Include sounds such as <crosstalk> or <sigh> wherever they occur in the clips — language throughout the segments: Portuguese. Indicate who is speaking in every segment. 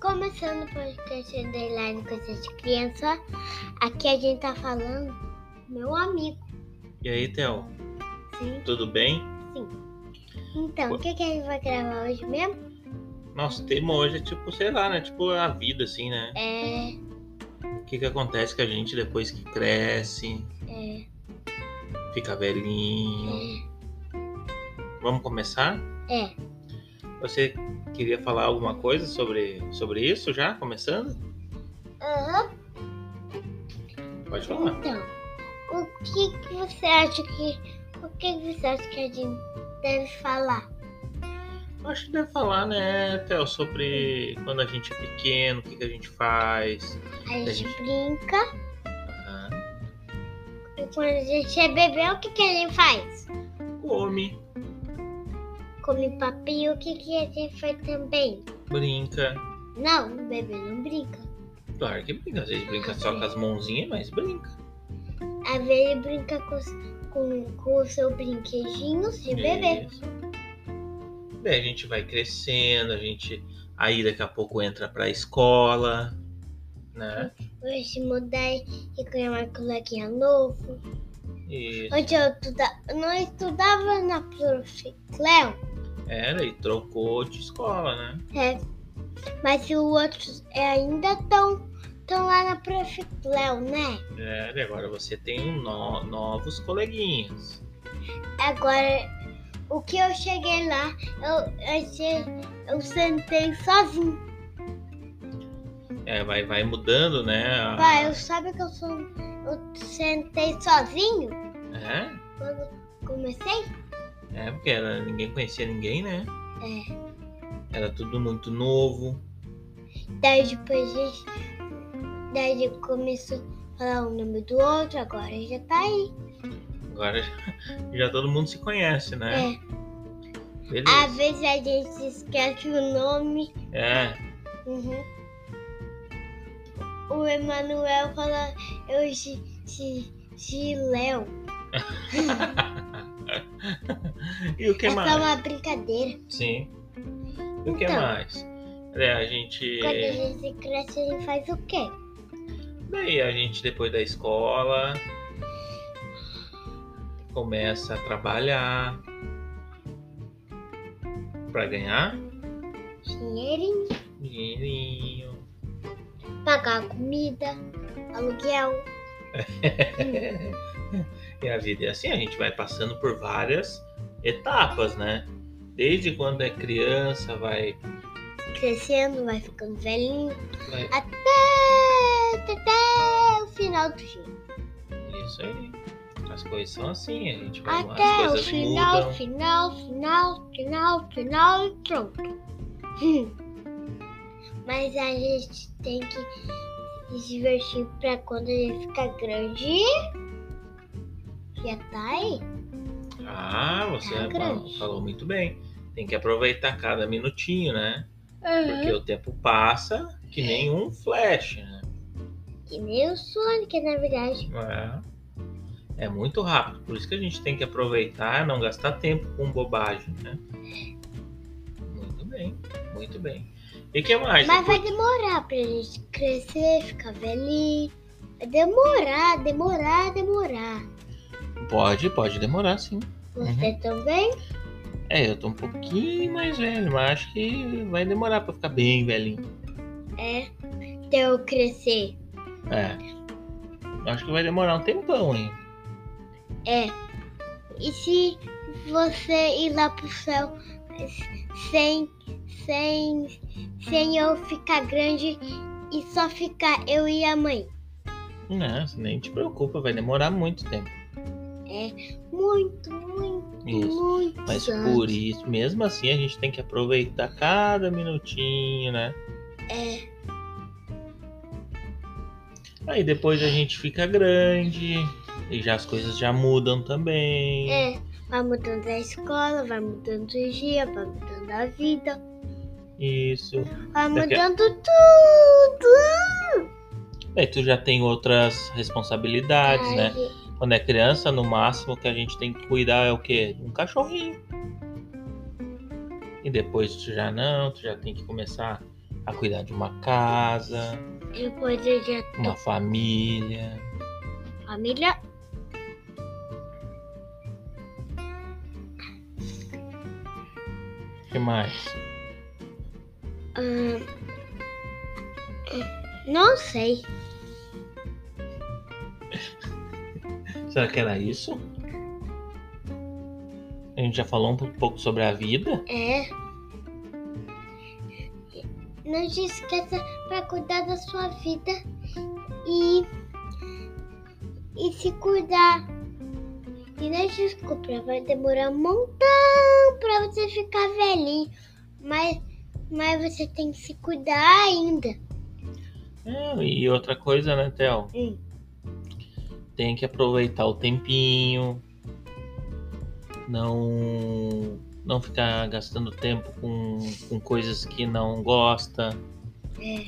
Speaker 1: começando o podcast da Elaine Coisas de Criança. Aqui a gente tá falando, meu amigo.
Speaker 2: E aí, Theo,
Speaker 1: Sim,
Speaker 2: tudo bem?
Speaker 1: sim. Então, o que, que a gente vai gravar hoje mesmo?
Speaker 2: Nosso tema hoje é tipo, sei lá, né? Tipo a vida, assim, né?
Speaker 1: É.
Speaker 2: O que, que acontece com a gente depois que cresce,
Speaker 1: É.
Speaker 2: fica velhinho. Vamos começar?
Speaker 1: É.
Speaker 2: Você queria falar alguma coisa sobre, sobre isso já? Começando?
Speaker 1: Aham.
Speaker 2: Pode falar.
Speaker 1: Então, o que, que você acha que. O que, que você acha que a gente deve falar?
Speaker 2: Eu acho que deve falar, né, Theo, sobre quando a gente é pequeno, o que, que a gente faz. Ah,
Speaker 1: A gente
Speaker 2: gente-
Speaker 1: brinca
Speaker 2: Aham.
Speaker 1: e quando a gente é bebê, o que, que a gente faz?
Speaker 2: Come,
Speaker 1: Come papinho, o que, que a gente faz também?
Speaker 2: brinca.
Speaker 1: Não, o bebê não brinca.
Speaker 2: Claro que brinca. Às vezes brinca só com as mãozinhas, mas brinca.
Speaker 1: Às vezes ele brinca com, os- com, com os seus brinquedinhos de bebê.
Speaker 2: É Isso. Daí a gente vai crescendo, a gente aí daqui a pouco entra pra escola, né?
Speaker 1: Vai se mudar e e ganhar uma coleguinha novo.
Speaker 2: E
Speaker 1: Antes eu estuda- eu não estudava na prof. Cleo,
Speaker 2: era e trocou de escola, né?
Speaker 1: é, mas os outros é, ainda estão tão lá na prof. Cleo, né?
Speaker 2: Era, e agora você tem um no- novos coleguinhas.
Speaker 1: Agora, o que eu cheguei lá, eu, eu, che- eu sentei sozinho.
Speaker 2: É, vai, vai mudando, né? a-
Speaker 1: Pai, eu sabe que eu, sou, eu sentei sozinho
Speaker 2: É?
Speaker 1: quando comecei?
Speaker 2: É, porque era, ninguém conhecia ninguém, né? Era tudo muito novo.
Speaker 1: Daí depois a gente. Daí ele começou a falar o nome do outro, agora já tá aí.
Speaker 2: Agora <laughs> já todo mundo se conhece, né?
Speaker 1: É. Ah,
Speaker 2: Beleza.
Speaker 1: Às vezes a gente esquece o nome.
Speaker 2: É,
Speaker 1: Uhum. O Emanuel fala eu gi- gi- Giléu.
Speaker 2: e o que
Speaker 1: É só
Speaker 2: mais?
Speaker 1: uma brincadeira.
Speaker 2: Sim. E o que
Speaker 1: Então.
Speaker 2: mais? É, a gente.
Speaker 1: Quando a gente cresce, a gente faz o quê?
Speaker 2: Daí a gente, depois da escola, começa a trabalhar pra ganhar
Speaker 1: Dinheirinho,
Speaker 2: dinheirinho. <laughs>
Speaker 1: pagar a comida, aluguel.
Speaker 2: e a vida é assim, a gente vai passando por várias etapas, né? Desde quando é criança, vai.
Speaker 1: Crescendo, vai ficando velhinho.
Speaker 2: vai-
Speaker 1: Até, até o final do dia.
Speaker 2: Isso aí. As coisas são assim, a gente vai. as
Speaker 1: Até o
Speaker 2: coisas
Speaker 1: final,
Speaker 2: mudam.
Speaker 1: final, final, final, final e pronto. Hum. Mas a gente tem que se divertir pra quando ele ficar grande. Já tá aí.
Speaker 2: Ah, você
Speaker 1: Tá
Speaker 2: falou,
Speaker 1: grande.
Speaker 2: falou muito bem. Tem que aproveitar cada minutinho, né? Porque o tempo passa que
Speaker 1: É.
Speaker 2: nem um flash, né?
Speaker 1: Que nem o Sonic, na verdade.
Speaker 2: É. É muito rápido. Por isso que a gente tem que aproveitar, não gastar tempo com bobagem, né? Muito bem, muito bem. E o que mais?
Speaker 1: Mas vai demorar pra gente crescer, ficar velhinho. Vai demorar, demorar, demorar.
Speaker 2: Pode, pode demorar, sim.
Speaker 1: Você
Speaker 2: Uhum.
Speaker 1: também?
Speaker 2: É, eu tô um pouquinho mais velho, mas acho que vai demorar pra ficar bem velhinho.
Speaker 1: É. Até eu crescer.
Speaker 2: É. Acho que vai demorar um tempão, hein?
Speaker 1: É. E se você ir lá pro céu sem, sem, sem eu ficar grande e só ficar eu e a mãe?
Speaker 2: Não, você nem te preocupa, vai demorar muito tempo.
Speaker 1: Muito, muito,
Speaker 2: Isso.
Speaker 1: muito.
Speaker 2: Mas por isso, mesmo assim, a gente tem que aproveitar cada minutinho, né?
Speaker 1: É,
Speaker 2: Aí depois a gente fica grande e já as coisas já mudam também.
Speaker 1: é. Vai mudando a escola, vai mudando o dia, vai mudando a vida,
Speaker 2: Isso.
Speaker 1: vai
Speaker 2: Daqui a-
Speaker 1: mudando tudo.
Speaker 2: Aí tu já tem outras responsabilidades, né?
Speaker 1: Ai,
Speaker 2: Quando é criança, no máximo que a gente tem que cuidar é o quê? Um cachorrinho. E depois tu já não, tu já tem que começar a cuidar de uma casa,
Speaker 1: Depois eu já tô.
Speaker 2: uma família.
Speaker 1: Família.
Speaker 2: O que mais?
Speaker 1: ahn, não sei.
Speaker 2: Será que era isso? A gente já falou um pouco sobre a vida?
Speaker 1: É. Não se esqueça para cuidar da sua vida e, e se cuidar. E não se desculpa, vai demorar um montão para você ficar velhinho. Mas, mas você tem que se cuidar ainda.
Speaker 2: É, e outra coisa, né, Theo?
Speaker 1: Hum.
Speaker 2: Tem que aproveitar o tempinho. Não não ficar gastando tempo com, com coisas que não gosta.
Speaker 1: É.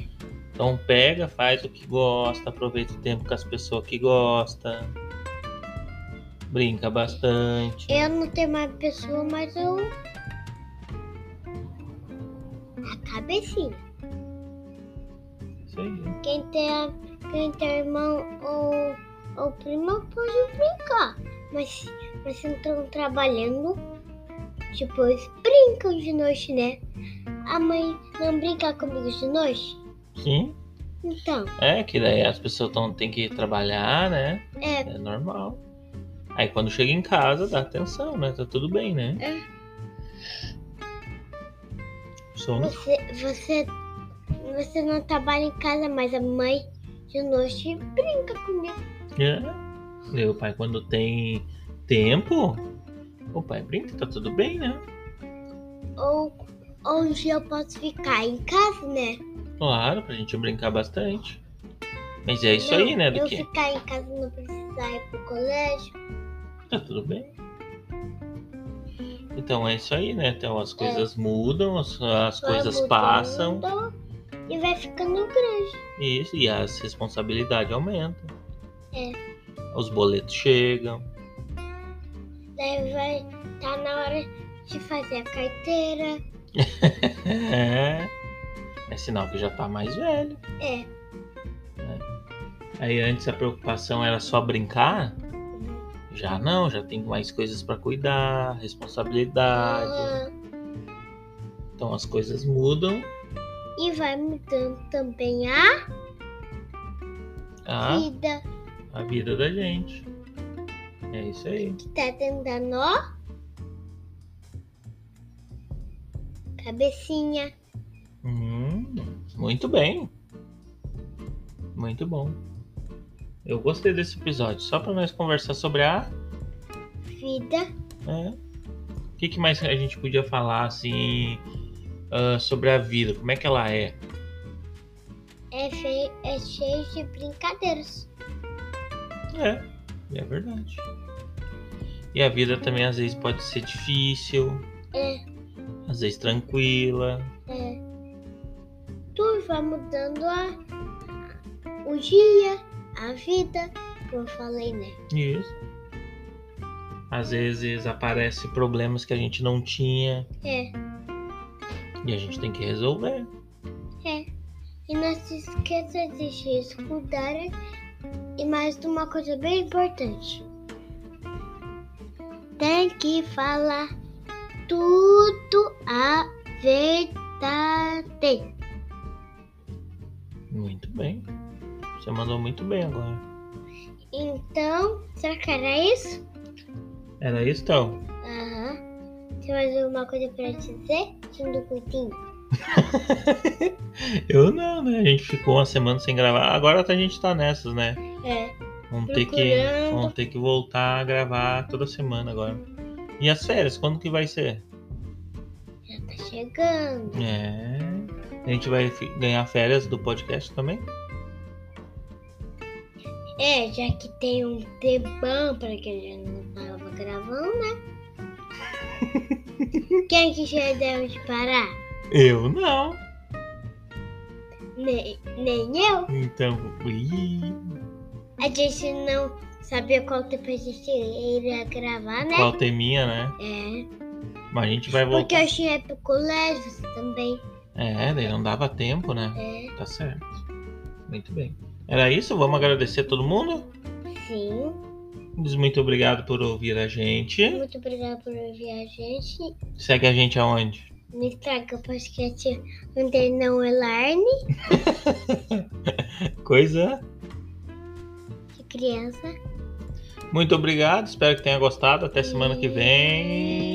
Speaker 2: Então pega, faz o que gosta, aproveita o tempo com as pessoas que gosta. Brinca bastante.
Speaker 1: Eu não tenho mais pessoa, mas eu. A cabecinha.
Speaker 2: Isso aí.
Speaker 1: Quem tem, quem tem irmão ou, ou prima pode brincar. Mas, se- mas se não estão trabalhando, tipo, eles brincam de noite, né? A mãe não brinca comigo de noite?
Speaker 2: Sim.
Speaker 1: Então,
Speaker 2: É, que daí as pessoas tão, tem que trabalhar, né?
Speaker 1: É.
Speaker 2: É normal. Aí quando chega em casa, dá atenção, né? Tá tudo bem, né? É. Somos.
Speaker 1: você, você, você não trabalha em casa, mas a mãe de noite brinca comigo.
Speaker 2: É. Meu pai, quando tem tempo, o pai brinca, tá tudo bem, né?
Speaker 1: Ou ou um dia eu posso ficar em casa, né?
Speaker 2: Claro, pra gente brincar bastante. Mas é isso
Speaker 1: Não,
Speaker 2: aí, né? Do
Speaker 1: eu
Speaker 2: que?
Speaker 1: ficar em casa e não precisar ir pro colégio.
Speaker 2: Tá tudo bem. Então é isso aí, né? Então as coisas mudam, as, as
Speaker 1: vai
Speaker 2: coisas
Speaker 1: mudando
Speaker 2: passam.
Speaker 1: E vai ficando grande.
Speaker 2: Isso, e as responsabilidades aumentam.
Speaker 1: É.
Speaker 2: Os boletos chegam.
Speaker 1: Daí vai tá na hora de fazer a carteira.
Speaker 2: É. É sinal que já tá mais velho.
Speaker 1: É.
Speaker 2: Aí antes a preocupação era só brincar. Já não, já tem mais coisas pra cuidar, responsabilidade.
Speaker 1: Ah,
Speaker 2: Então as coisas mudam.
Speaker 1: e vai mudando também a
Speaker 2: A,
Speaker 1: vida
Speaker 2: a vida da gente. É isso aí.
Speaker 1: que tá dentro da nó. Cabecinha.
Speaker 2: Hum, muito bem. Muito bom. Eu gostei desse episódio, só pra nós conversar sobre a
Speaker 1: Vida.
Speaker 2: É. O que, que mais a gente podia falar assim ah, sobre a vida? Como é que ela é?
Speaker 1: É, fe... é cheio de brincadeiras.
Speaker 2: É, é verdade. E a vida também às vezes pode ser difícil,
Speaker 1: É.
Speaker 2: às vezes tranquila.
Speaker 1: É. Tudo vai mudando a... o dia, a vida, como eu falei, né?
Speaker 2: Isso. Às vezes aparecem problemas que a gente não tinha
Speaker 1: É,
Speaker 2: e a gente tem que resolver.
Speaker 1: é. E não se esqueça de se escudar e mais de uma coisa bem importante. Tem que falar tudo a verdade.
Speaker 2: Muito bem. Você mandou muito bem agora.
Speaker 1: Então, será que era isso?
Speaker 2: Era isso, então.
Speaker 1: Aham. Tem mais alguma coisa pra dizer? Sendo cuidinho.
Speaker 2: Eu não, né? A gente ficou uma semana sem gravar. Agora a gente tá nessas, né?
Speaker 1: É.
Speaker 2: Vamos ter, que,
Speaker 1: Procurando.
Speaker 2: vamos ter que voltar a gravar toda semana agora. E as férias, quando que vai ser?
Speaker 1: Já tá chegando.
Speaker 2: É. A gente vai fi- ganhar férias do podcast também?
Speaker 1: É, já que tem um tempão pra que ele não tava gravando, né? Quem que já deu de parar?
Speaker 2: Eu não.
Speaker 1: Nem, nem eu.
Speaker 2: Então. Ih,
Speaker 1: Né? A gente não sabia qual tempo a gente iria gravar, né?
Speaker 2: qual teminha, né?
Speaker 1: É.
Speaker 2: Mas a gente vai
Speaker 1: Porque
Speaker 2: voltar.
Speaker 1: eu tinha pro colégio, você também.
Speaker 2: É, daí não dava tempo, né?
Speaker 1: É.
Speaker 2: Tá certo. Muito bem. Era isso? Vamos agradecer a todo mundo?
Speaker 1: Sim.
Speaker 2: Diz muito obrigado por ouvir a gente.
Speaker 1: Muito obrigada por ouvir a gente.
Speaker 2: Segue a gente aonde?
Speaker 1: No Instagram, podcast André não é Elarne,
Speaker 2: Coisa.
Speaker 1: de criança.
Speaker 2: Muito obrigado. Espero que tenha gostado. Até semana que vem.
Speaker 1: Ah!